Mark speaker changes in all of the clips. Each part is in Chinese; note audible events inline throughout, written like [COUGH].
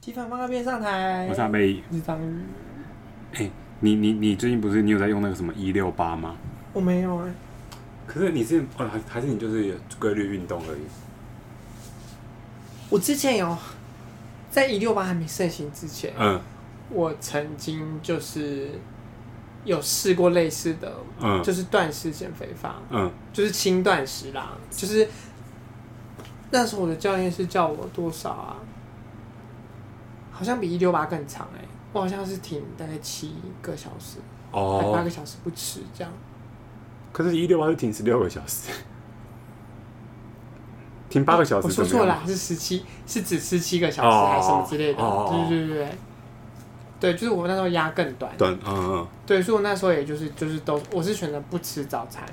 Speaker 1: 鸡饭放那边上台。
Speaker 2: 我是阿贝。
Speaker 1: 日章鱼，
Speaker 2: 你你你最近不是你有在用那个什么一六八吗？
Speaker 1: 我没有哎、
Speaker 2: 可是你是哦，还还是你就是有规律运动而已。
Speaker 1: 我之前有在一六八还没盛行之前，
Speaker 2: 嗯
Speaker 1: 我曾经就是有试过类似的，
Speaker 2: 嗯
Speaker 1: 就是断食减肥法，
Speaker 2: 嗯
Speaker 1: 就是轻断食啦，就是那时候我的教练是叫我多少啊？好像比一六八更长哎、我好像是停大概七个小时，还八
Speaker 2: 哦
Speaker 1: 个，小时不吃这样。
Speaker 2: 可是一六八是停十六个小时，停八个小时
Speaker 1: 我
Speaker 2: 怎
Speaker 1: 说
Speaker 2: 么
Speaker 1: 错了，
Speaker 2: 样
Speaker 1: 是十七，是只吃七个小时
Speaker 2: 哦
Speaker 1: 还是什么之类的？
Speaker 2: 哦哦哦
Speaker 1: 对对对对对，对，就是我那时候压更短，
Speaker 2: 短嗯嗯
Speaker 1: 对，所以我那时候也就是就是都我是选择不吃早餐，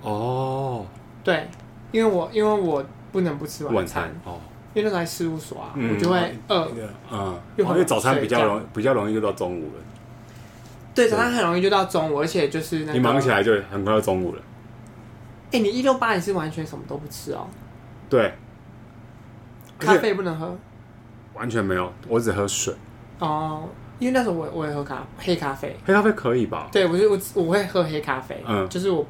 Speaker 2: 哦，
Speaker 1: 对，因为我因为我不能不吃
Speaker 2: 晚
Speaker 1: 晚餐
Speaker 2: 餐，哦，
Speaker 1: 因为那时候还事务所啊，
Speaker 2: 嗯
Speaker 1: 我就会饿，
Speaker 2: 嗯，
Speaker 1: 又
Speaker 2: 因
Speaker 1: 很
Speaker 2: 为早餐比较
Speaker 1: 睡
Speaker 2: 容比较容易就到中午了，
Speaker 1: 对，早餐很容易就到中午，而且就是那个
Speaker 2: 你忙起，来就很快到中午了。
Speaker 1: 哎，你一六八也是完全什么都不吃哦，
Speaker 2: 对，而
Speaker 1: 咖
Speaker 2: 且
Speaker 1: 啡不能喝
Speaker 2: 完全没有，我只喝水，
Speaker 1: 哦，因为那时候我我也喝咖黑咖啡，
Speaker 2: 黑咖啡可以吧？
Speaker 1: 对我就我我会喝黑咖啡，
Speaker 2: 嗯
Speaker 1: 就是我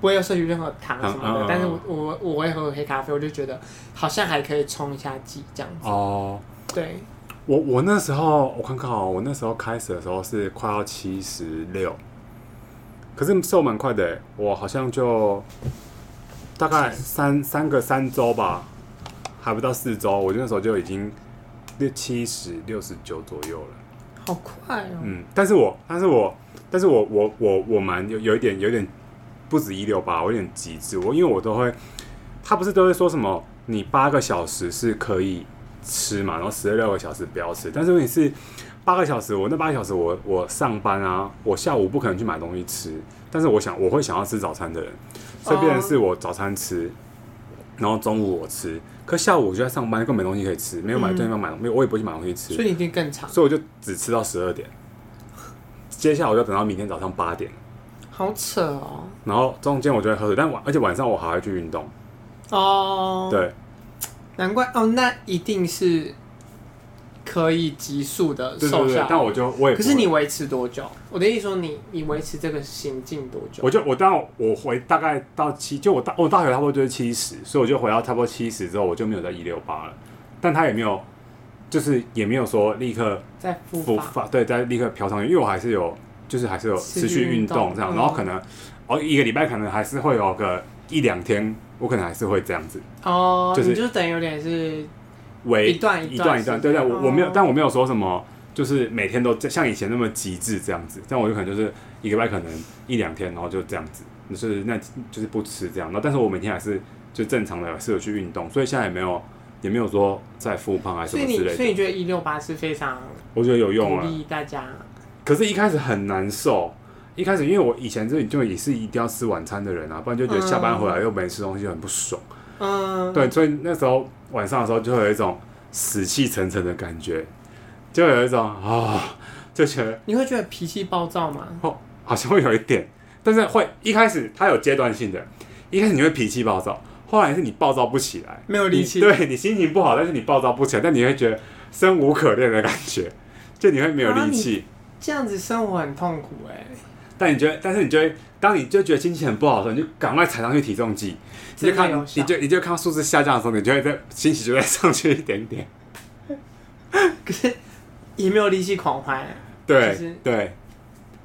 Speaker 1: 不会摄取任何糖什么
Speaker 2: 嗯嗯
Speaker 1: 的，
Speaker 2: 嗯
Speaker 1: 但是我我我会喝黑咖啡，我就觉得好像还可以冲一下剂这样子。
Speaker 2: 哦，
Speaker 1: 对，
Speaker 2: 我我那时候我看看哦，我那时候开始的时候是快要七十六，可是瘦蛮快的欸，我好像就大概三三个三周吧，还不到四周，我那时候就已经六七十六十九左右了。
Speaker 1: 好快哦，
Speaker 2: 嗯，但是我但是我但是我我我我蛮有有一点有一点不止一六八，我有点极致，我因为我都会，他不是都会说什么你八个小时是可以吃嘛，然后十六个小时不要吃，但是问题是八个小时，我那八个小时我我上班啊，我下午不可能去买东西吃，但是我想我会想要吃早餐的人，所以变成是我早餐吃。然后中午我吃，可下午我就在上班，根本没东西可以吃，没有买对方买，没有我也不会去买东西吃。
Speaker 1: 所以你一定更长，
Speaker 2: 所以我就只吃到十二点。接下来我就等到明天早上八点，
Speaker 1: 好扯哦。
Speaker 2: 然后中间我就会喝水，但晚而且晚上我还会去运动。
Speaker 1: 哦，，
Speaker 2: 对，
Speaker 1: 难怪哦，那一定是可以急速的
Speaker 2: 对
Speaker 1: 瘦下
Speaker 2: 对对
Speaker 1: 来。。
Speaker 2: 但我就我也
Speaker 1: 可
Speaker 2: 不
Speaker 1: 是
Speaker 2: 会
Speaker 1: 你，维持多久？我的意思说你，你维持这个行进多久？
Speaker 2: 我就我当然我回大概到七，就我大我大学差不多就是七十，所以我就回到差不多七十之后，我就没有在一六八了。但他也没有，就是也没有说立刻
Speaker 1: 在复
Speaker 2: 复
Speaker 1: 发。
Speaker 2: 发，对，再立刻飘上去，因为我还是有，就是还是有
Speaker 1: 持
Speaker 2: 持续
Speaker 1: 续运
Speaker 2: 运动
Speaker 1: 动
Speaker 2: 这样，
Speaker 1: 嗯
Speaker 2: 然后可能哦一个礼拜可能还是会有个一两天，我可能还是会这样子。
Speaker 1: 哦，
Speaker 2: 就是
Speaker 1: 你就是等于有点是
Speaker 2: 为
Speaker 1: 一段一段
Speaker 2: 一段一段，
Speaker 1: 时间
Speaker 2: 对对，我我没有
Speaker 1: 哦，
Speaker 2: 但我没有说什么，就是每天都这像以前那么极致这样子，但我就可能就是一个礼拜可能一两天，然后就这样子，就是那就是不吃这样，然后但是我每天还是就正常的还是有去运动，所以现在也没有也没有说再复胖还是
Speaker 1: 所
Speaker 2: 什
Speaker 1: 以
Speaker 2: 么之
Speaker 1: 你
Speaker 2: 类
Speaker 1: 所以
Speaker 2: 的，
Speaker 1: 你觉得一六八是非常
Speaker 2: 我觉得有用
Speaker 1: 鼓
Speaker 2: 了，
Speaker 1: 励大家
Speaker 2: 可是一开始很难受。一开始，因为我以前这里就也是一定要吃晚餐的人啊，不然就觉得下班回来又没吃东西，就很不爽。
Speaker 1: 嗯
Speaker 2: 对，所以那时候晚上的时候就会有一种死气沉沉的感觉，就有一种啊、就觉得
Speaker 1: 你会觉得脾气暴躁吗？
Speaker 2: 哦，好像会有一点，但是会一开始它有阶段性的，一开始你会脾气暴躁，后来是你暴躁不起来，
Speaker 1: 没有力
Speaker 2: 你
Speaker 1: 气
Speaker 2: 对你心情不好，但是你暴躁不起来，但你会觉得生无可恋的感觉，就你会没有
Speaker 1: 啊
Speaker 2: 力
Speaker 1: 你
Speaker 2: 气，
Speaker 1: 这样子生活很痛苦哎、
Speaker 2: 但你觉得，但是你就会，当你就觉得心情很不好的时候，你就赶快踩上去体重计，你就
Speaker 1: 真的
Speaker 2: 看
Speaker 1: 有，效
Speaker 2: 你就你就看到数字下降的时候，你就会在心情就会 [LAUGHS] 上去一点点。
Speaker 1: [LAUGHS] 可是也没有力气狂欢、
Speaker 2: 对、
Speaker 1: 就是
Speaker 2: 对，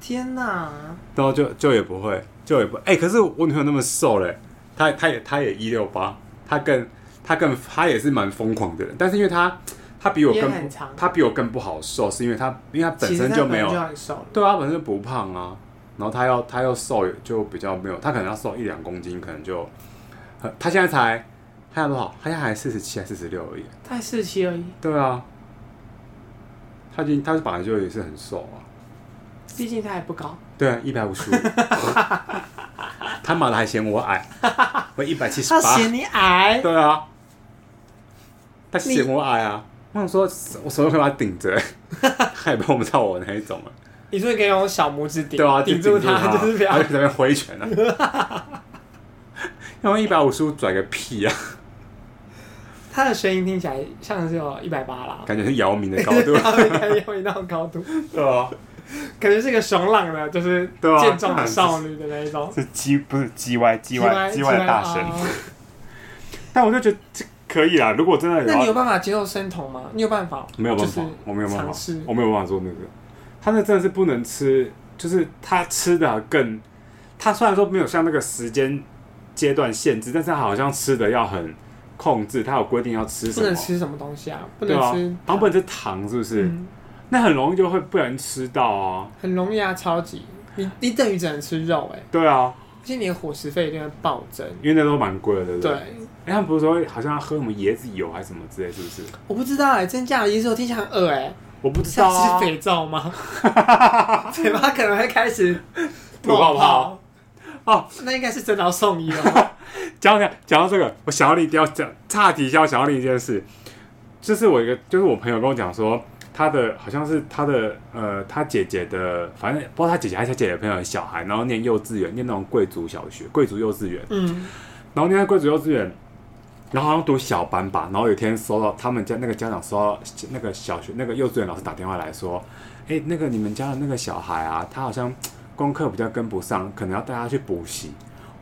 Speaker 1: 天哪！
Speaker 2: 然后啊就就也不会，就也不哎、可是我女朋友那么瘦嘞，她她也她也一六八，她更她更她也是蛮疯狂的人，但是因为她她比我
Speaker 1: 也
Speaker 2: 更
Speaker 1: 很长
Speaker 2: 她比我更不好瘦，是因为她因为她本
Speaker 1: 其实
Speaker 2: 身
Speaker 1: 他
Speaker 2: 就
Speaker 1: 本
Speaker 2: 没有
Speaker 1: 就很瘦了，
Speaker 2: 对啊，她本身就不胖啊，然后她要她要瘦就比较没有，她可能要瘦一两公斤，可能就很她现在才她现在多少？她现在还四十七还四十六而已。
Speaker 1: 才四七而已。
Speaker 2: 对啊，她已经她本来就也是很瘦啊。
Speaker 1: 毕竟他还不高，
Speaker 2: 对啊，一百五十五，他妈的还嫌我矮，我一百七十
Speaker 1: 他
Speaker 2: 八，
Speaker 1: 嫌你矮，
Speaker 2: 对啊，他嫌我矮啊，我想说我手都可以把他顶着，他也不碰不到我那一种了，啊
Speaker 1: 你说你可以用小拇指顶，
Speaker 2: 对啊，就
Speaker 1: 顶住
Speaker 2: 他，
Speaker 1: 就是不要
Speaker 2: 他就在那边挥拳啊，然后一百五十五拽个屁啊，
Speaker 1: 他的声音听起来像是有一百八啦，
Speaker 2: 感觉是姚明的高
Speaker 1: [LAUGHS]
Speaker 2: 度，
Speaker 1: 他会开始回到高度，
Speaker 2: 对啊，
Speaker 1: 感觉是一个爽朗的，就是
Speaker 2: 对啊
Speaker 1: 健壮的少女的那一种。
Speaker 2: 是 G 不是 G Y G
Speaker 1: 叽歪
Speaker 2: Y G Y 的大
Speaker 1: 叽
Speaker 2: 神
Speaker 1: 歪，啊
Speaker 2: 但我就觉得这可以啊啦。如果真的
Speaker 1: 那
Speaker 2: 要
Speaker 1: 你有办法接受声筒吗？你有办法？
Speaker 2: 没有办法
Speaker 1: 就是，
Speaker 2: 我没有办
Speaker 1: 尝
Speaker 2: 法
Speaker 1: 试，
Speaker 2: 我没有办法做那个。他那真的是不能吃，就是他吃的更，他虽然说没有像那个时间阶段限制，但是他好像吃的要很控制，他有规定要吃什
Speaker 1: 不
Speaker 2: 么
Speaker 1: 能，吃什么东西啊？不
Speaker 2: 对
Speaker 1: 能
Speaker 2: 啊
Speaker 1: 吃，，
Speaker 2: 好像不能吃糖，是不是？
Speaker 1: 嗯，
Speaker 2: 那很容易就会不小心吃到啊。
Speaker 1: 很容易啊，超级。你你等于只能吃肉哎、
Speaker 2: 对啊，
Speaker 1: 而且你的伙食费一定会暴增。
Speaker 2: 因为那都蛮贵的，对不对？
Speaker 1: 对，
Speaker 2: 哎，他们不是说好像要喝什么椰子油还是什么之类，是不是？
Speaker 1: 我不知道哎、真假的意思我听起来很恶哎、
Speaker 2: 我不知
Speaker 1: 像
Speaker 2: 道啊
Speaker 1: 吃。肥皂
Speaker 2: [LAUGHS]
Speaker 1: 吗？嘴巴可能会开始
Speaker 2: 吐泡泡
Speaker 1: 泡。
Speaker 2: 哦，
Speaker 1: 那应该是真的要送医
Speaker 2: [LAUGHS]
Speaker 1: 哦。
Speaker 2: 讲讲讲到这个，我想要你一定要讲岔题一下，我想要另一件事，就是我一个就是我朋友跟我讲说，他的好像是他的呃他姐姐的，反正不知道他姐姐还是他姐姐的朋友的小孩，然后念幼稚园，念那种贵族小学、贵族幼稚园，
Speaker 1: 嗯，
Speaker 2: 然后念在贵族幼稚园，然后好像读小班吧，然后有一天收到他们家那个家长收到那个小学那个幼稚园老师打电话来说，哎，那个你们家的那个小孩啊，他好像功课比较跟不上，可能要带他去补习。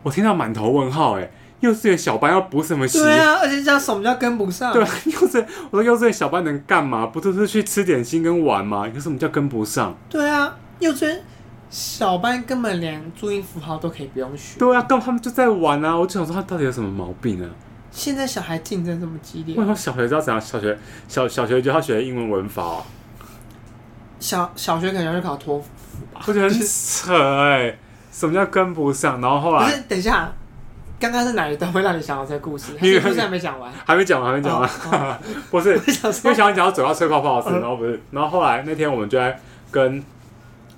Speaker 2: 我听到满头问号、哎，幼稚园小班要补什么习？
Speaker 1: 对啊，而且这样什么叫跟不上？
Speaker 2: 对，幼稚园我说幼稚园小班能干嘛？不就是去吃点心跟玩吗？有什么叫跟不上？
Speaker 1: 对啊，幼稚园小班根本连注音符号都可以不用学。
Speaker 2: 对啊，刚他们就在玩啊！我就想说他到底有什么毛病啊？
Speaker 1: 现在小孩竞争这么激烈
Speaker 2: 为，什么小学就要怎样？小学小小学就要学英文文法、哦？
Speaker 1: 小小学可能要去考托福吧？
Speaker 2: 我觉得很
Speaker 1: 就是
Speaker 2: 扯哎、什么叫跟不上？然后后
Speaker 1: 不
Speaker 2: 来
Speaker 1: 是，等一下，刚刚是哪一段会让你想到这个故事？还
Speaker 2: 因为
Speaker 1: 是故事还没讲完。
Speaker 2: 还没讲完，还没讲完，
Speaker 1: 哦
Speaker 2: [LAUGHS] 不是，
Speaker 1: 我想
Speaker 2: 因
Speaker 1: 说
Speaker 2: 为，小安讲到嘴巴吹泡泡的事，
Speaker 1: 嗯
Speaker 2: 然后不是，然后后来那天我们就在跟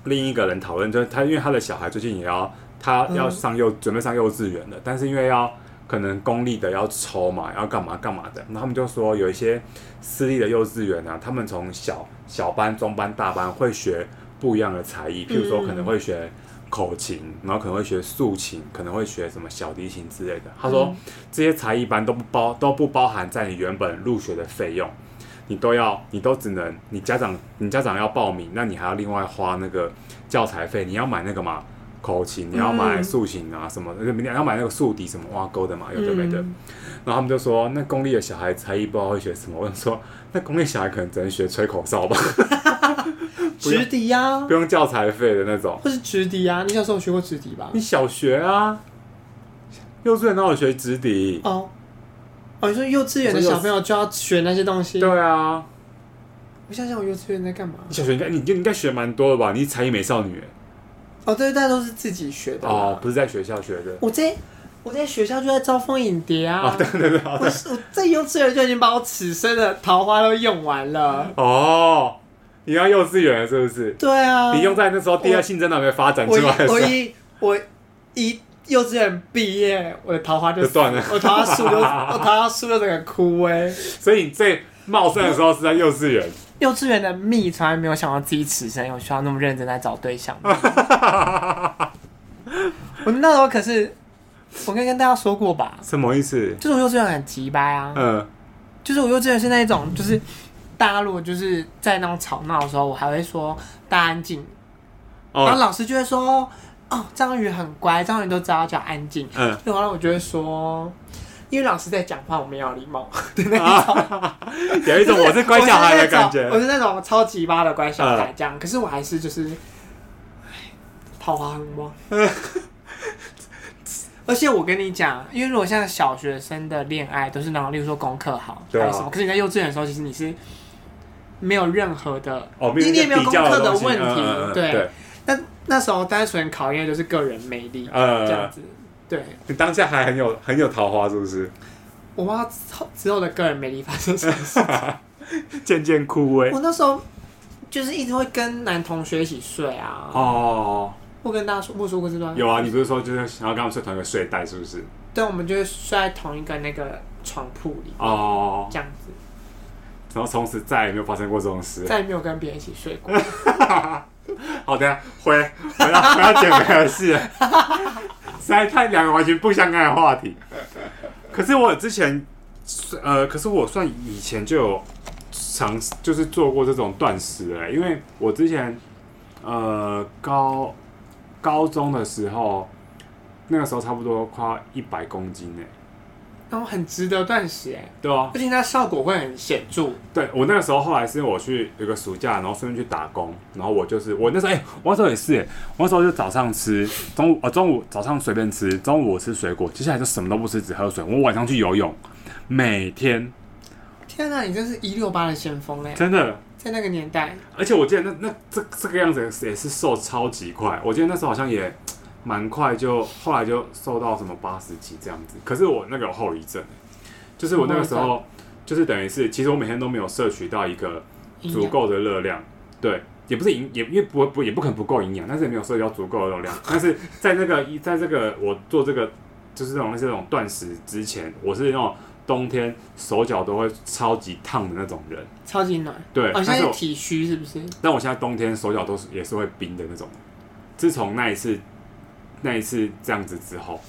Speaker 2: 另一个人讨论，就是他因为他的小孩最近也要他要
Speaker 1: 嗯
Speaker 2: 上幼、准备上幼稚园了，但是因为要可能公立的要抽嘛，要干嘛干嘛的，然后他们就说有一些私立的幼稚园啊，他们从小小班、中班、大班会学不一样的才艺，譬如说可
Speaker 1: 嗯
Speaker 2: 能会学。口琴，然后可能会学竖琴，可能会学什么小提琴之类的。他说、
Speaker 1: 嗯
Speaker 2: 这些才艺班都不包都不包含在你原本入学的费用，你都要，你都只能，你家长，你家长要报名，那你还要另外花那个教材费，你要买那个嘛口琴，你要买
Speaker 1: 嗯
Speaker 2: 竖琴啊什么的，你要买那个竖笛什么挖沟的嘛，有的没的。
Speaker 1: 嗯
Speaker 2: 然后他们就说，那公立的小孩才艺不知道会学什么，我就说，那公立小孩可能只能学吹口哨吧， [LAUGHS] 不用
Speaker 1: 直笛啊
Speaker 2: 不，用教材费的那种。
Speaker 1: 或是直笛啊？你小时候有学过直笛吧
Speaker 2: 你？小学啊，幼稚园哪有学直笛？
Speaker 1: 哦，哦，你说幼稚园的
Speaker 2: 我说幼
Speaker 1: 小朋友就要学那些东西？
Speaker 2: 对啊，
Speaker 1: 我想想，我幼稚园在干嘛？
Speaker 2: 你小学应该你你应该学蛮多的吧？你是才艺美少女
Speaker 1: 哦，对，大家都是自己学的啦。
Speaker 2: 哦，不是在学校学的。
Speaker 1: 我在我在学校就在招蜂引蝶啊。
Speaker 2: 哦，对对对，哦
Speaker 1: 我是我在幼稚园就已经把我此生的桃花都用完了。
Speaker 2: 哦，你要幼稚园了是不是？
Speaker 1: 对啊，
Speaker 2: 你用在那时候第二性征还没发展出
Speaker 1: 我一
Speaker 2: 来的时
Speaker 1: 我
Speaker 2: 候，
Speaker 1: 一我一幼稚园毕业，我的桃花就
Speaker 2: [LAUGHS] 就断了
Speaker 1: 我桃花树就我桃花树就整个枯萎。
Speaker 2: 所以你最茂盛的时候是在幼稚园。
Speaker 1: 幼稚园的蜜从来没有想到自己此生有需要那么认真在找对象。 [LAUGHS] 我那时候可是，我跟跟大家说过吧，
Speaker 2: 什么意思？
Speaker 1: 就是我幼稚园很急掰啊，
Speaker 2: 嗯，
Speaker 1: 就是我幼稚园是那一种，就是大家如果就是在那种吵闹的时候，我还会说大家安静，然后
Speaker 2: 哦，
Speaker 1: 老师就会说，哦，章鱼很乖，章鱼都知道叫安静。
Speaker 2: 嗯，
Speaker 1: 然后我就会说，因为老师在讲话，我没有礼貌 [LAUGHS] 的那一种，
Speaker 2: 有一种啊我是乖小孩的感
Speaker 1: [LAUGHS] 我
Speaker 2: 觉。嗯
Speaker 1: 是那种超级巴的乖小孩这样。可是我还是就是，唉桃花很旺。 [LAUGHS] 而且我跟你讲，因为如果像小学生的恋爱都是那种，例如说功课好
Speaker 2: 对啊
Speaker 1: 还是什么，可是你在幼稚园的时候，其实你是没有任何的，
Speaker 2: 哦，
Speaker 1: 你也没有
Speaker 2: 比
Speaker 1: 功
Speaker 2: 较
Speaker 1: 课的
Speaker 2: 东西
Speaker 1: 问
Speaker 2: 嗯
Speaker 1: 题
Speaker 2: 嗯嗯
Speaker 1: 对
Speaker 2: 对，
Speaker 1: 那那时候单纯考验就是个人魅力、这样
Speaker 2: 呃，
Speaker 1: 子。对，
Speaker 2: 你当下还很有很有桃花，是不是？
Speaker 1: 我不知道之后之后的个人魅力发生什么事。
Speaker 2: 渐渐枯萎。
Speaker 1: 我那时候就是一直会跟男同学一起睡啊。
Speaker 2: 哦，
Speaker 1: 我跟大家说，我说过这段。
Speaker 2: 有啊，你不是说就是想要跟他们睡同一个睡袋，是不是？
Speaker 1: 对，我们就会睡在同一个那个床铺里，
Speaker 2: 哦，
Speaker 1: 这样子，
Speaker 2: 然后从此再也没有发生过这种事。
Speaker 1: 再也没有跟别人一起睡
Speaker 2: [LAUGHS]
Speaker 1: 过。
Speaker 2: 好的，回回到 [LAUGHS] 回到减肥的事，实在太两个完全不相干的话题。可是我之前呃，可是我算以前就有尝试，就是做过这种断食了、因为我之前呃高高中的时候，那个时候差不多快一百公斤呢、
Speaker 1: 那我很值得断食哎，
Speaker 2: 对啊，
Speaker 1: 而且它效果会很显著。
Speaker 2: 对我那个时候后来是我去有个暑假，然后顺便去打工，然后我就是我那时候哎、我那时候也是、哎，我那时候就早上吃，中午呃中午早上随便吃，中午我吃水果，接下来就什么都不吃，只喝水。我晚上去游泳，每天
Speaker 1: 天啊哪、你真是一六八的先锋哎，
Speaker 2: 真的，
Speaker 1: 在那个年代，
Speaker 2: 而且我记得那那这这个样子也是也是瘦超级快，我记得那时候好像也蛮快就后来就瘦到什么八十几这样子，可是我那个有后遗症、就是我那个时
Speaker 1: 后
Speaker 2: 候就是等于是其实我每天都没有摄取到一个。
Speaker 1: 营养
Speaker 2: 足够的热量，对，也不是营也因为不不也不可能不够营养，但是也没有摄取到足够的
Speaker 1: [LAUGHS]
Speaker 2: 热量。但是在那个一在这个我做这个就是那种类似那种断食之前，我是那种冬天手脚都会超级烫的那种人，
Speaker 1: 超级暖。
Speaker 2: 对。
Speaker 1: 哦，现
Speaker 2: 但
Speaker 1: 在
Speaker 2: 是
Speaker 1: 是
Speaker 2: 我
Speaker 1: 体虚是不是？
Speaker 2: 但我现在冬天手脚都是也是会冰的那种。自从那一次那一次这样子之后，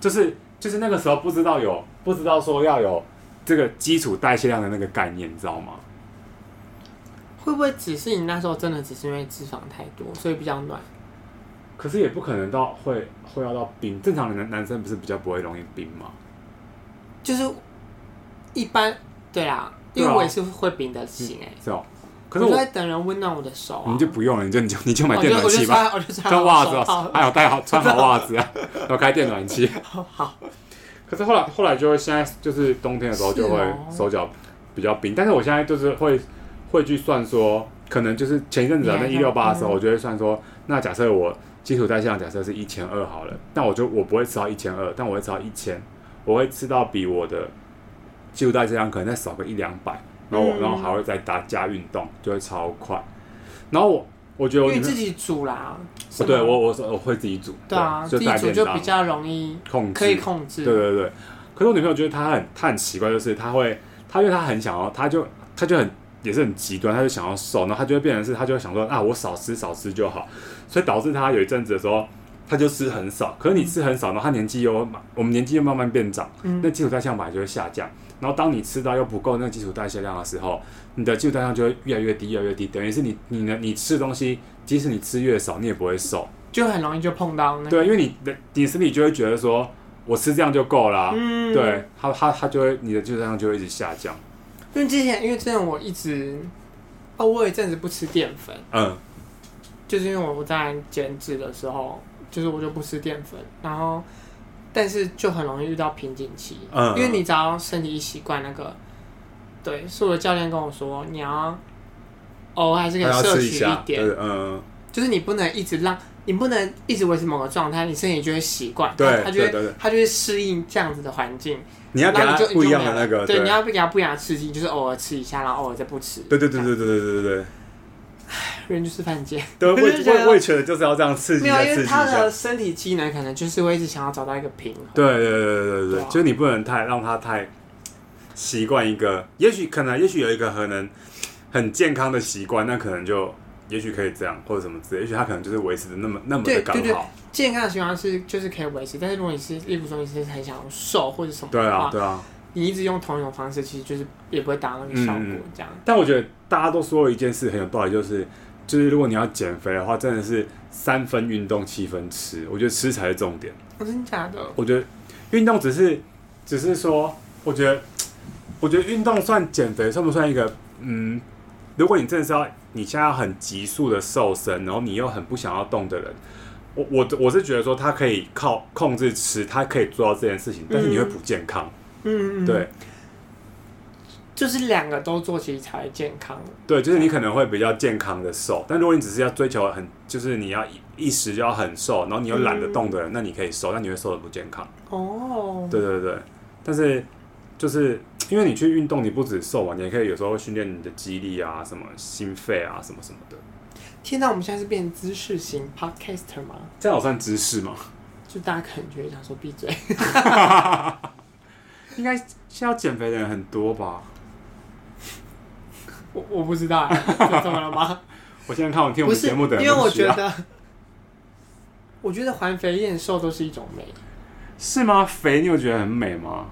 Speaker 2: 就是就是那个时候不知道有不知道说要有这个基础代谢量的那个概念，你知道吗？
Speaker 1: 会不会只是你那时候真的只是因为脂肪太多，所以比较暖？
Speaker 2: 可是也不可能到会会要到冰，正常的男男生不是比较不会容易冰吗？
Speaker 1: 就是一般对啦，因
Speaker 2: 对
Speaker 1: 为
Speaker 2: 啊
Speaker 1: 我也是会冰的型哎、
Speaker 2: 是哦。可是
Speaker 1: 我
Speaker 2: 我
Speaker 1: 就在等人温暖我的手、啊，
Speaker 2: 你就不用了，你就你就你就买
Speaker 1: 我
Speaker 2: 电
Speaker 1: 就
Speaker 2: 暖
Speaker 1: 我就
Speaker 2: 器吧，
Speaker 1: 穿我就穿
Speaker 2: 穿袜子
Speaker 1: 手
Speaker 2: 哦，
Speaker 1: 套
Speaker 2: 还有带好穿好袜子啊，然后开电暖气。
Speaker 1: 好，
Speaker 2: 可是后来后来就会现在就是冬天的时候就会
Speaker 1: 是哦
Speaker 2: 手脚比较冰，但是我现在就是会会去算说，可能就是前一阵子啊的那
Speaker 1: 你
Speaker 2: 一
Speaker 1: 还在
Speaker 2: 六八的时候，
Speaker 1: 嗯
Speaker 2: 我就会算说，那假设我基础代谢量假设是一千二好了，那我就我不会吃到一千二，但我会吃到一千，我会吃到比我的基础代谢量可能再少个一两百，然后我、
Speaker 1: 嗯
Speaker 2: 然后还会再搭加运动，就会超快。然后我我觉得
Speaker 1: 因
Speaker 2: 我
Speaker 1: 为自己煮啦，是吗
Speaker 2: 哦对我我我会自己煮，
Speaker 1: 对啊，自
Speaker 2: 就
Speaker 1: 己
Speaker 2: 带
Speaker 1: 煮
Speaker 2: 便
Speaker 1: 就
Speaker 2: 当
Speaker 1: 比较容易
Speaker 2: 控制
Speaker 1: 可以控制，
Speaker 2: 对对对。可是我女朋友觉得她很她很奇怪，就是她会，她因为她很想要，她就她就很也是很极端，她就想要瘦，然后她就会变成是她就会想说啊，我少吃少吃就好，所以导致她有一阵子的时候。她就吃很少，可是你吃很少，然后她年纪又我们年纪又慢慢变长，
Speaker 1: 嗯
Speaker 2: 那基础代谢量本来就会下降。然后当你吃到又不够那个基础代谢量的时候，你的基础代谢量就会越来越低，越来越低。等于是你你呢，你吃的东西，即使你吃越少，你也不会瘦。
Speaker 1: 就很容易就碰到那个，
Speaker 2: 对，因为你的你身体就会觉得说，我吃这样就够啊啦、
Speaker 1: 嗯，
Speaker 2: 对，它它它就会你的基础量就会一直下降。
Speaker 1: 因为之前因为之前我一直哦，我有一阵子不吃淀粉，
Speaker 2: 嗯，
Speaker 1: 就是因为我在减脂的时候，就是我就不吃淀粉，然后但是就很容易遇到瓶颈期，
Speaker 2: 嗯
Speaker 1: 因为你只要身体一习惯那个，对，是我的教练跟我说，你要偶尔还是可以摄取点，
Speaker 2: 对，嗯，
Speaker 1: 就是你不能一直让，你不能一直维持某个状态，你身体就会习惯，
Speaker 2: 对
Speaker 1: 它它就会
Speaker 2: 对对对
Speaker 1: 它就会适应这样子的环境，
Speaker 2: 你要给
Speaker 1: 然后
Speaker 2: 它
Speaker 1: 你就
Speaker 2: 不一样
Speaker 1: 你就
Speaker 2: 的
Speaker 1: 没
Speaker 2: 那
Speaker 1: 有
Speaker 2: 个，
Speaker 1: 对，
Speaker 2: 对
Speaker 1: 你要给它不一样的刺激，就是偶尔吃一下，然后偶尔再不吃，
Speaker 2: 对对对对对对对对
Speaker 1: 人就是犯贱。
Speaker 2: 对，
Speaker 1: 我就
Speaker 2: 对
Speaker 1: 觉得
Speaker 2: 味味觉得就是要这样刺激
Speaker 1: 没
Speaker 2: 一
Speaker 1: 有，
Speaker 2: 下
Speaker 1: 因
Speaker 2: 刺
Speaker 1: 为
Speaker 2: 激一
Speaker 1: 他的
Speaker 2: 下。
Speaker 1: 身体机能可能就是会一直想要找到一个平衡。
Speaker 2: 对对对对对
Speaker 1: 对
Speaker 2: 对
Speaker 1: 啊，
Speaker 2: 就是你不能太让它太习惯一个，也许可能也许有一个可能很健康的习惯，那可能就也许可以这样或者什么之类，也许它可能就是维持的那么那么的
Speaker 1: 对
Speaker 2: 刚
Speaker 1: 对对
Speaker 2: 好。
Speaker 1: 健康的习惯是就是可以维持，但是如果你是，例如说你是很想要瘦或者什么
Speaker 2: 对
Speaker 1: 的话，
Speaker 2: 啊对啊。
Speaker 1: 你一直用同一种方式，其实就是也不会达到那个效果
Speaker 2: 嗯嗯。
Speaker 1: 这样，
Speaker 2: 但我觉得大家都说一件事很有道理，就是就是如果你要减肥的话，真的是三分运动七分吃，我觉得吃才是重点。
Speaker 1: 哦真的假的？
Speaker 2: 我觉得运动只是只是说，我觉得我觉得运动算减肥算不算一个嗯？如果你真的是要你现在要很急速的瘦身，然后你又很不想要动的人，我我我是觉得说他可以靠控制吃，他可以做到这件事情，但是你会不健康。
Speaker 1: 嗯，嗯，
Speaker 2: 对
Speaker 1: 嗯，就是两个都做，其实才会健康。
Speaker 2: 对，就是你可能会比较健康的瘦，但如果你只是要追求很，就是你要一一时就要很瘦，然后你又懒得动的人，那你可以瘦，但你会瘦的不健康。
Speaker 1: 哦，
Speaker 2: 对对对，但是就是因为你去运动，你不止瘦嘛，你也可以有时候会训练你的肌力啊，什么心肺啊，什么什么的。
Speaker 1: 天哪，我们现在是变知识型 podcaster 吗？
Speaker 2: 这样有算知识吗？
Speaker 1: 就大家可能觉得想说闭嘴， [LAUGHS]
Speaker 2: 应该现在要减肥的人很多吧？
Speaker 1: 我我不知道、欸，怎么了吗？
Speaker 2: 我现在看我听我
Speaker 1: 不
Speaker 2: 们
Speaker 1: 是，
Speaker 2: 节目的
Speaker 1: [LAUGHS]
Speaker 2: 人
Speaker 1: 因为我
Speaker 2: 不需
Speaker 1: 觉
Speaker 2: 要
Speaker 1: 得，我觉得环肥燕瘦都是一种美。
Speaker 2: 是吗？肥你有觉得很美吗？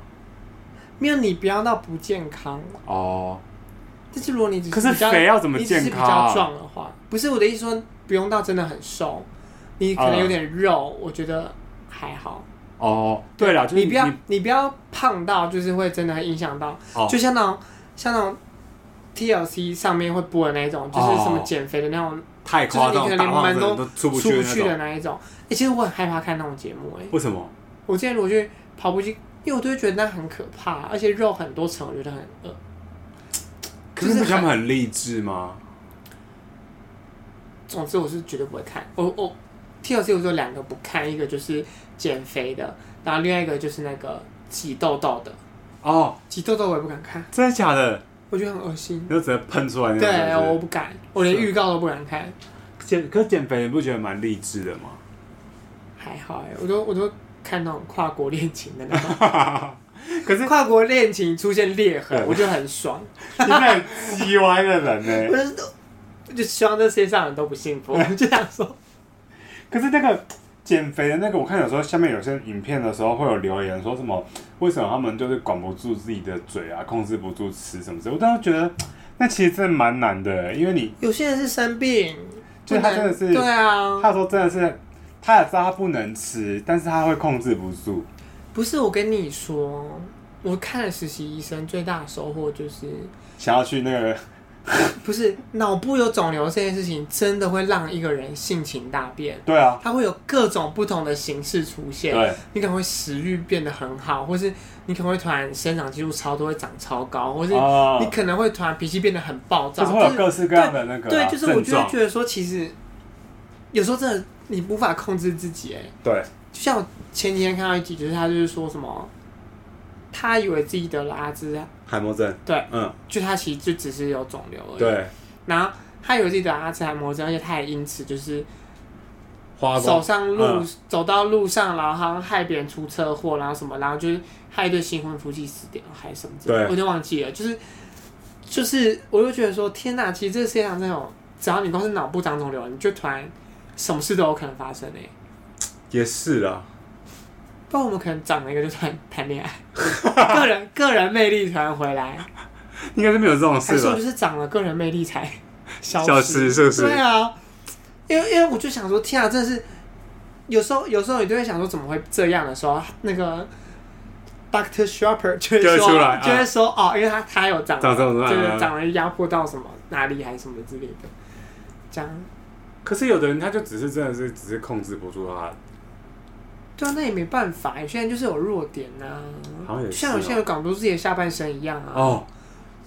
Speaker 1: 没有你不要到不健康，
Speaker 2: 哦，
Speaker 1: 但是如果你只
Speaker 2: 可是
Speaker 1: 比较
Speaker 2: 肥要怎么
Speaker 1: 你只是
Speaker 2: 健
Speaker 1: 比
Speaker 2: 康
Speaker 1: 较
Speaker 2: 啊
Speaker 1: 壮的话，不是我的意思说不用到真的很瘦，你
Speaker 2: 啊
Speaker 1: 可能有点肉，我觉得还好。
Speaker 2: 哦，对了，就是
Speaker 1: 你不要你不要胖到就是会真的很影响到，
Speaker 2: 哦
Speaker 1: 就像那种像那种 TLC 上面会播的那种，就是什么减肥的那种
Speaker 2: 太夸张，
Speaker 1: 就是你可能
Speaker 2: 打
Speaker 1: 连
Speaker 2: 胖
Speaker 1: 门
Speaker 2: 子
Speaker 1: 都
Speaker 2: 都哦出不
Speaker 1: 出
Speaker 2: 去
Speaker 1: 不去的
Speaker 2: 的那种。
Speaker 1: 那一种。哎、其实我很害怕看那种节目、哎，
Speaker 2: 为什么？
Speaker 1: 我之前如果去跑步机，因为我都会觉得那很可怕，而且肉很多层，我觉得很饿。
Speaker 2: 可
Speaker 1: 就是是
Speaker 2: 不是他
Speaker 1: 很
Speaker 2: 们很励志吗？
Speaker 1: 总之我是绝对不会看。我我 TLC 我就两个不看，一个就是减肥的，然后另外一个就是那个挤痘痘的。
Speaker 2: 哦，
Speaker 1: 挤痘痘我也不敢看，
Speaker 2: 真的假的？
Speaker 1: 我觉得很恶心
Speaker 2: 你。就直接喷出来那种
Speaker 1: 对
Speaker 2: 是不是。，啊
Speaker 1: 我不敢，我连预告都不敢看。
Speaker 2: 减可是减肥，你不觉得蛮励志的吗？ [LAUGHS]
Speaker 1: 还好哎、我都我都看那种跨国恋情的那种，
Speaker 2: [LAUGHS] 可是
Speaker 1: 跨国恋情出现裂痕
Speaker 2: 对，
Speaker 1: 我就很爽。
Speaker 2: 你是很鸡歪的人
Speaker 1: 我
Speaker 2: 呢。
Speaker 1: 就是都我就希望这世界上的人都不幸福，我就这样说。
Speaker 2: 可是那个减肥的那个，我看有时候下面有些影片的时候会有留言说什么，为什么他们就是管不住自己的嘴啊，控制不住吃什么之类的。我当时觉得那其实真的蛮难的，因为你
Speaker 1: 有些人是生病，
Speaker 2: 就
Speaker 1: 不
Speaker 2: 他
Speaker 1: 能
Speaker 2: 真的是
Speaker 1: 对啊，
Speaker 2: 他说真的是，他也知道他不能吃，但是他会控制不住。
Speaker 1: 不是我跟你说，我看了实习医生最大的收获就是，
Speaker 2: 想要去那个
Speaker 1: 不是脑部有肿瘤这件事情真的会让一个人性情大变，
Speaker 2: 对啊，
Speaker 1: 它会有各种不同的形式出现。
Speaker 2: 对，
Speaker 1: 你可能会食欲变得很好，或是你可能会突然生长激素超多，会长超高，或是
Speaker 2: 啊
Speaker 1: 你可能会突然脾气变得很暴躁，
Speaker 2: 就是会有各式各样的那个啊
Speaker 1: 对，就是我
Speaker 2: 症
Speaker 1: 就会
Speaker 2: 状
Speaker 1: 觉得说，其实有时候真的你无法控制自己，哎，
Speaker 2: 对，
Speaker 1: 就像我前几天看到一集，就是他就是说什么，他以为自己得了阿兹，
Speaker 2: 海默症，
Speaker 1: 对，
Speaker 2: 嗯，
Speaker 1: 就他其实就只是有肿瘤而已，，
Speaker 2: 对，
Speaker 1: 然后他以为自己得了阿兹海默症，而且他也因此就是
Speaker 2: 花
Speaker 1: 走上路、
Speaker 2: 嗯
Speaker 1: 走到路上，然后好像害别人出车祸，然后什么，然后就是害一对新婚夫妻死掉，还是什么之类的，
Speaker 2: 对
Speaker 1: 我就忘记了。就是就是，我就觉得说，天哪，其实这个世界上这种，只要你光是脑部长肿瘤，你就突然什么事都有可能发生欸诶、
Speaker 2: 也是啦，
Speaker 1: 不然我们可能长了一个就突然谈恋
Speaker 2: [LAUGHS]
Speaker 1: 爱，个人个人魅力突然回来，
Speaker 2: 应该是没有这种事
Speaker 1: 还是我
Speaker 2: 吧
Speaker 1: 就？是长了个人魅力才消
Speaker 2: 消失是不是
Speaker 1: 对啊，因为因为我就想说，天啊，真的是有时候有时候你就会想说怎么会这样的时候，那个 Doctor Shopper 就会
Speaker 2: 就会
Speaker 1: 说
Speaker 2: 出来啊
Speaker 1: 就会说、哦，因为他他有长
Speaker 2: 长这种
Speaker 1: 就
Speaker 2: 啊
Speaker 1: 是长了压迫到什么哪里还是什么之类的，这样
Speaker 2: 可是有的人他就只是真的是只是控制不住啊他，
Speaker 1: 对啊，那也没办法，有些人就是有弱点呐、
Speaker 2: 好像也
Speaker 1: 就是像有些人管不住自己的下半身一样啊，
Speaker 2: 啊哦，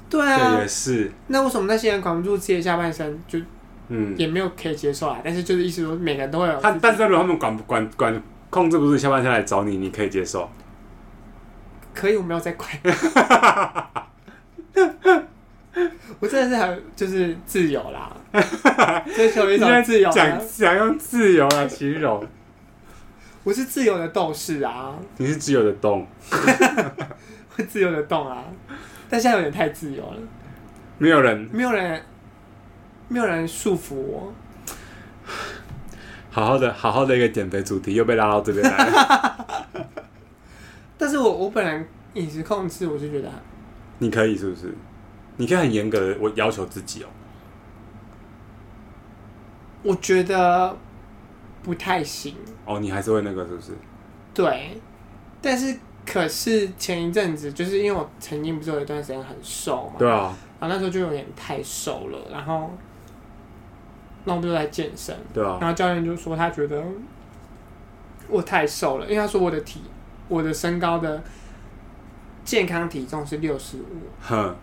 Speaker 1: 对啊
Speaker 2: 对，，也是，
Speaker 1: 那为什么那些人管不住自己的下半身，就
Speaker 2: 嗯，
Speaker 1: 也没有可以接受啊？但是就是意思说，每个人都会有
Speaker 2: 他
Speaker 1: 自己
Speaker 2: 但是如果他们管管管控制不住下半身来找你，你可以接受，
Speaker 1: 可以，我没有 [LAUGHS] 在管。我真的是很就是自由 [LAUGHS] 啦，追求一种自由啊。
Speaker 2: 讲讲用自由来形容，
Speaker 1: 我是自由的斗士啊， [LAUGHS]
Speaker 2: 你是自由的动，
Speaker 1: 我自由的动啊，但现在有点太自由了，
Speaker 2: 没有人
Speaker 1: 没有人，没有人束缚我。
Speaker 2: 好好的好好的一个减肥主题又被拉到这边来了，
Speaker 1: 但是我我本来饮食控制，我就觉得
Speaker 2: 你可以是不是？你可以很严格的我要求自己哦，
Speaker 1: 我觉得不太行，
Speaker 2: 哦，你还是会那个是不是？
Speaker 1: 对。但是可是前一阵子，就是因为我曾经不是有一段时间很瘦嘛，
Speaker 2: 对啊，
Speaker 1: 然后那时候就有点太瘦了，然后，那我就在健身，
Speaker 2: 对啊，
Speaker 1: 然后教练就说他觉得我太瘦了，因为他说我的体，我的身高的健康体重是六十五，
Speaker 2: 哼，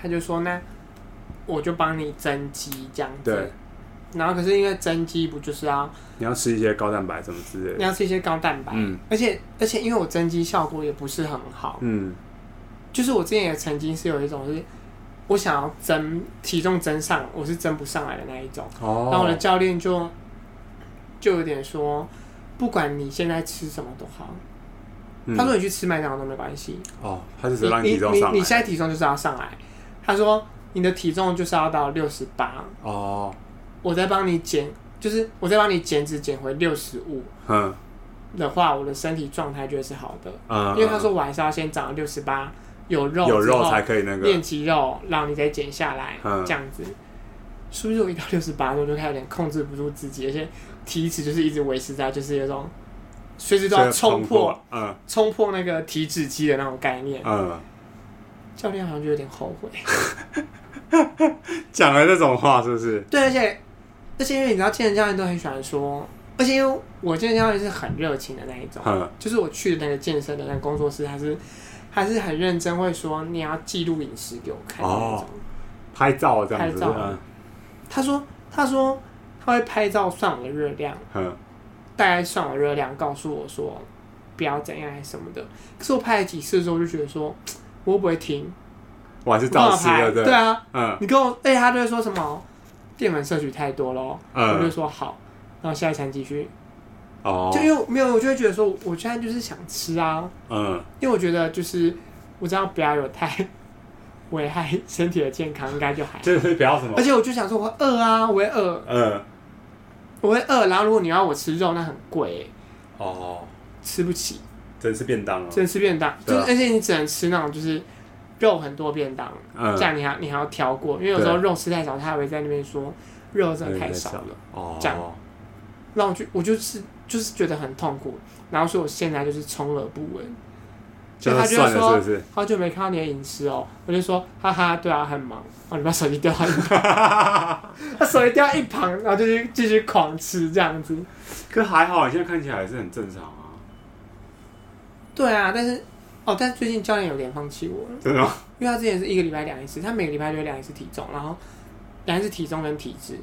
Speaker 1: 他就说那我就帮你增肌这样子
Speaker 2: 对。
Speaker 1: 然后可是因为增肌不就是要
Speaker 2: 你要吃一些高蛋白什么之类
Speaker 1: 你
Speaker 2: 的，
Speaker 1: 要吃一些高蛋白，
Speaker 2: 嗯
Speaker 1: 而且而且因为我增肌效果也不是很好，
Speaker 2: 嗯，
Speaker 1: 就是我之前也曾经是有一种是我想要增体重增上，我是增不上来的那一种。
Speaker 2: 哦，
Speaker 1: 然后我的教练就就有点说，不管你现在吃什么都好，
Speaker 2: 嗯
Speaker 1: 他说你去吃麦当劳都没关系，
Speaker 2: 哦，他就
Speaker 1: 你
Speaker 2: 是让
Speaker 1: 你
Speaker 2: 体重
Speaker 1: 你
Speaker 2: 上
Speaker 1: 你
Speaker 2: 来。
Speaker 1: 现在体重就是要上来。他说你的体重就是要到六十八，
Speaker 2: 哦，
Speaker 1: 我再帮你减，就是我再帮你减脂减回六十五。
Speaker 2: 嗯，
Speaker 1: 的话，我的身体状态就会是好的，
Speaker 2: 嗯，
Speaker 1: 因为他说我还是要先长到六十八，有肉
Speaker 2: 有
Speaker 1: 之
Speaker 2: 肉
Speaker 1: 后
Speaker 2: 才可以那个
Speaker 1: 练，肌肉，然后你再减下来，
Speaker 2: 嗯
Speaker 1: 这样子。是不是我一到六十八度就开始有点控制不住自己，而且体脂就是一直维持在就是有种随时都要
Speaker 2: 所以
Speaker 1: 冲破，
Speaker 2: 嗯
Speaker 1: 冲破那个体脂机的那种概念。
Speaker 2: 嗯，
Speaker 1: 教练好像就有点后悔。
Speaker 2: 讲了这种话是不是？
Speaker 1: 对，而且而且因为你知道健身教练都很喜欢说，而且因为我健身教练是很热情的那一种，
Speaker 2: 嗯
Speaker 1: 就是我去的那个健身的那个工作室，他是还是很认真，会说你要记录饮食给我看的那种。
Speaker 2: 哦拍照这样
Speaker 1: 拍
Speaker 2: 子，
Speaker 1: 照
Speaker 2: 嗯
Speaker 1: 他说他说他会拍照算我的热量，
Speaker 2: 嗯
Speaker 1: 大概算我热量，告诉我说不要怎样还是什么的。可是我拍了几次之后，我就觉得说我会不会停，
Speaker 2: 我还是
Speaker 1: 我干
Speaker 2: 照
Speaker 1: 嘛
Speaker 2: 吃
Speaker 1: 拍？
Speaker 2: 不对？
Speaker 1: 对啊，
Speaker 2: 嗯
Speaker 1: 你跟我，哎、他就会说什么淀粉摄取太多咯，我就
Speaker 2: 嗯，
Speaker 1: 说好，然后下一餐继续。
Speaker 2: 哦，
Speaker 1: 就因为我没有，我就会觉得说，我现在就是想吃啊，
Speaker 2: 嗯
Speaker 1: 因为我觉得就是我这样不要有太 [LAUGHS] 危害身体的健康，应该就还好。
Speaker 2: 就是不要什么
Speaker 1: 而，且我就想说，我会饿啊，我会饿，
Speaker 2: 嗯
Speaker 1: 我会饿。然后如果你要我吃肉，那很贵欸、
Speaker 2: 哦，
Speaker 1: 吃不起，
Speaker 2: 真是便当了哦
Speaker 1: 只，能吃便当。就
Speaker 2: 对
Speaker 1: 是
Speaker 2: 啊
Speaker 1: 而且你只能吃那种就是肉很多便当，
Speaker 2: 嗯
Speaker 1: 这，样你还你还要挑过，因为有时候
Speaker 2: 对哎
Speaker 1: 肉吃太少，他还会在那边说肉真的太少了。
Speaker 2: 哦，
Speaker 1: 这样让我就我就是就是觉得很痛苦，然后所以我现在就是充耳不闻。
Speaker 2: 就
Speaker 1: 所以他
Speaker 2: 是
Speaker 1: 就
Speaker 2: 算
Speaker 1: 会
Speaker 2: 了，是
Speaker 1: 说
Speaker 2: 不是？
Speaker 1: 好久没看到你的饮食哦，我就说哈哈，对啊，很忙哦，你把手机掉到一
Speaker 2: [LAUGHS]
Speaker 1: 旁，他手机掉到一旁，然后就去继续狂吃这样子。
Speaker 2: 可还好，你现在看起来还是很正常啊，
Speaker 1: 对啊，但是哦，但是最近教练有点放弃我了，
Speaker 2: 真的吗？
Speaker 1: 因为他之前是一个礼拜量一次，他每个礼拜就会量一次体重，然后量一次体重跟体脂，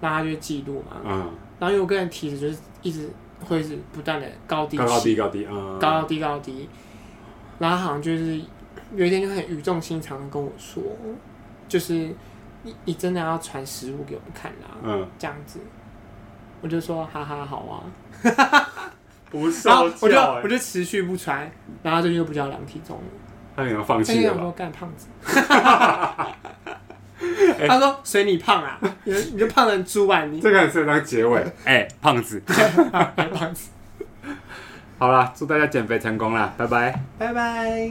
Speaker 1: 然后他就会记录嘛，
Speaker 2: 嗯，
Speaker 1: 然后因为我个人体脂就是一直会是不断的高低
Speaker 2: 高高
Speaker 1: 起
Speaker 2: 低高低，嗯，
Speaker 1: 高高低高低，然后好像就是有一天就很语重心长的跟我说，就是你你真的要传食物给我们看啦、
Speaker 2: 嗯，
Speaker 1: 这样子，我就说哈哈好啊，
Speaker 2: 不
Speaker 1: 然后
Speaker 2: 受
Speaker 1: 啊我就
Speaker 2: 教欸
Speaker 1: 我就持续不传，然后最近就不叫量体重了，
Speaker 2: 他可能放
Speaker 1: 最近
Speaker 2: 弃
Speaker 1: 哎有
Speaker 2: 了
Speaker 1: 没有
Speaker 2: 吧？
Speaker 1: 干胖子？他说随你胖啊，你就你就胖成猪吧你，
Speaker 2: 这个很适合当
Speaker 1: [LAUGHS]
Speaker 2: 结尾。哎，胖 [LAUGHS] 子，
Speaker 1: 干胖子，
Speaker 2: 好啦，祝大家减肥成功啦，拜拜。
Speaker 1: 拜拜。